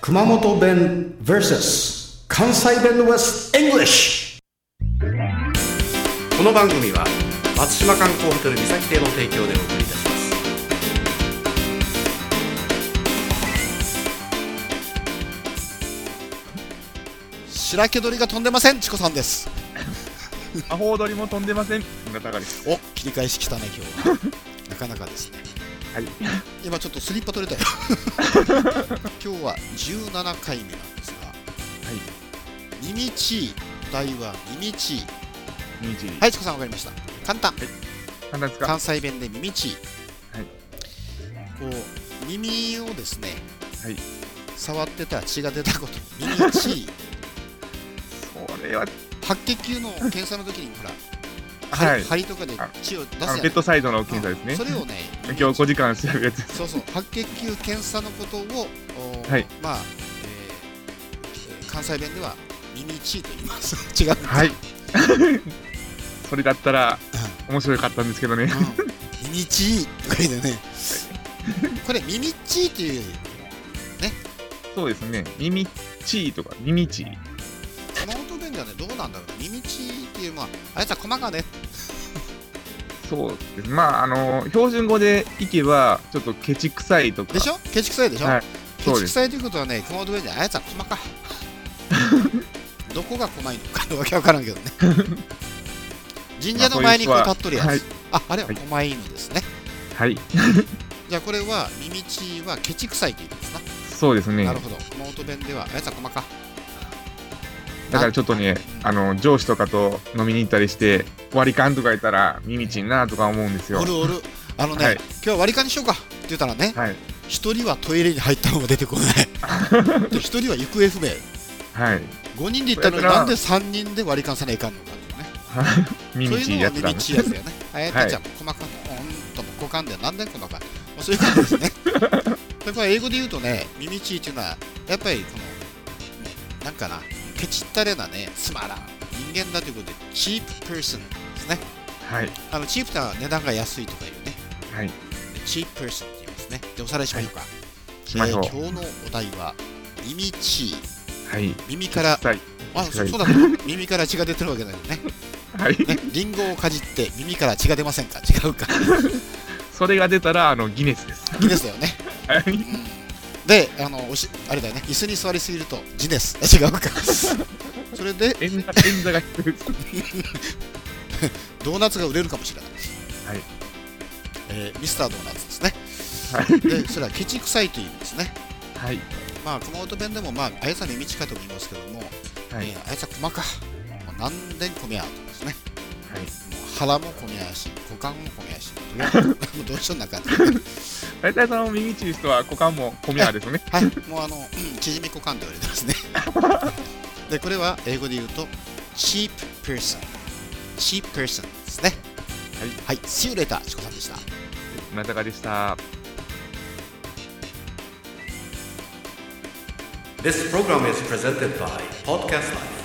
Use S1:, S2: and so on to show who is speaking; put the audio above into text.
S1: 熊本弁 VS 関西弁 West English
S2: この番組は松島観光ホテル三崎亭の提供でお送りいたします白毛鳥が飛んでませんチコさんです
S3: 魔法鳥も飛んでません。が高です。
S2: お切り返しきたね今日は なかなかですね
S3: はい。
S2: 今ちょっとスリッパ取れたよ 今日は17回目なんですが
S3: はい。
S2: ニミチー台はニミチー
S3: 二時。
S2: はいチコさんわかりました簡単
S3: 簡単ですか。
S2: 関西弁で耳ちい、
S3: はい
S2: こう耳をですね、
S3: はい
S2: 触ってたら血が出たこと耳ちい
S3: これは、
S2: 白血球の検査の時にほら、
S3: は
S2: 針
S3: い。
S2: 針とかで血を出す
S3: あ
S2: や
S3: の
S2: ん
S3: ベッドサイドの検査です
S2: そ。
S3: ね
S2: れをね
S3: 今日5時間調べるやつです。
S2: そうそう白血球検査のことをおー
S3: はい
S2: まあ、えー関西弁では耳ちいと言います 違う、
S3: はい。 それだったら、面白かったんですけどね。
S2: うん、耳ちいとか言うてねこれ耳ちいっていうより
S3: そうですね。耳チーとか、耳チー。
S2: 熊本弁ではねどうなんだろうね耳ちいっていうまああいつは駒がね
S3: そうです。まあ、あの、標準語でいけば、ちょっとケチくさいとか。
S2: でしょケチくさいでしょ、
S3: はい
S2: ケ
S3: そう
S2: チ
S3: で
S2: く
S3: す
S2: さいということはね、熊本弁であやつは細か い。どこが細いのかわけわからんけど ね。神社の前にこう立っとるやつ。あ,、
S3: はい
S2: あれは細いのですね。
S3: はい。
S2: じゃあこれは耳ちはケチくさいという意味ですな。
S3: そうですね
S2: な。るほど。熊本弁ではあやつは細か。
S3: だからちょっとね、あの、上司とかと飲みに行ったりして、割り勘とか言ったら、耳チーなとか思うんですよ
S2: お。るおる。あのね、
S3: はい
S2: 今日は割り勘にしようかって言ったらね、
S3: はい。
S2: 一人はトイレに入った方が出てこない。 で一人は行方不明。
S3: はい。
S2: 5人で行ったのになんで3人で割り勘さないかんのかっていうね。そう
S3: 耳
S2: い
S3: チ
S2: う
S3: ー
S2: の
S3: や
S2: は
S3: つ
S2: ね
S3: だ
S2: 道
S3: な。
S2: チやつよね。あやたちゃん、細かく、ほんと、股間でなんでこのか。もうそういうことですね。 で、これ英語で言うとね、耳チーっていうのは、やっぱりこの、なんかな、ケチったれなね、つまらん、人間だということで、チープ person ですね。
S3: はい。
S2: あの、チープは値段が安いとかいうね、
S3: はい。
S2: チープ person って言いますね。で、おさらいしましょうか。
S3: しましょう
S2: えー今日のお題は、耳チー、
S3: はい。
S2: 耳から、
S3: はい。
S2: あ、そ
S3: は
S2: う
S3: い
S2: そうだ、耳から血が出てるわけだよね。
S3: はい。
S2: ね、リンゴをかじって耳から血が出ませんか違うか。
S3: それが出たら、あの、ギネス です。
S2: 気ですよね。
S3: はい。
S2: で、あの、おし、あれだよね、椅子に座りすぎると、ジネス。 あ違 うか。それで、
S3: 演座、演座が必要です。
S2: ドーナツが売れるかもしれない。
S3: はい。
S2: えーミスタードーナツですね。
S3: はい。
S2: で、それはケチ臭いという意味ですね。
S3: はい。
S2: まあ、熊本弁でも、まあ、あやさ耳近いとも言いますけども、
S3: はい。
S2: えーあやさ細か。もう何でんこみやとですね。
S3: はい。
S2: もう腹もこみやし、股間もこみ やし、とりあえずもうどうしような感じ。は
S3: 大体その耳ちる人は股間も小宮ですよね。
S2: い、もうあの、うん縮み股間と言われてますね。で、これは英語で言うと、cheap person。cheap person ですね。はい、See you later、チコさんでした。
S3: 村高でした。
S1: This program is presented by Podcast Life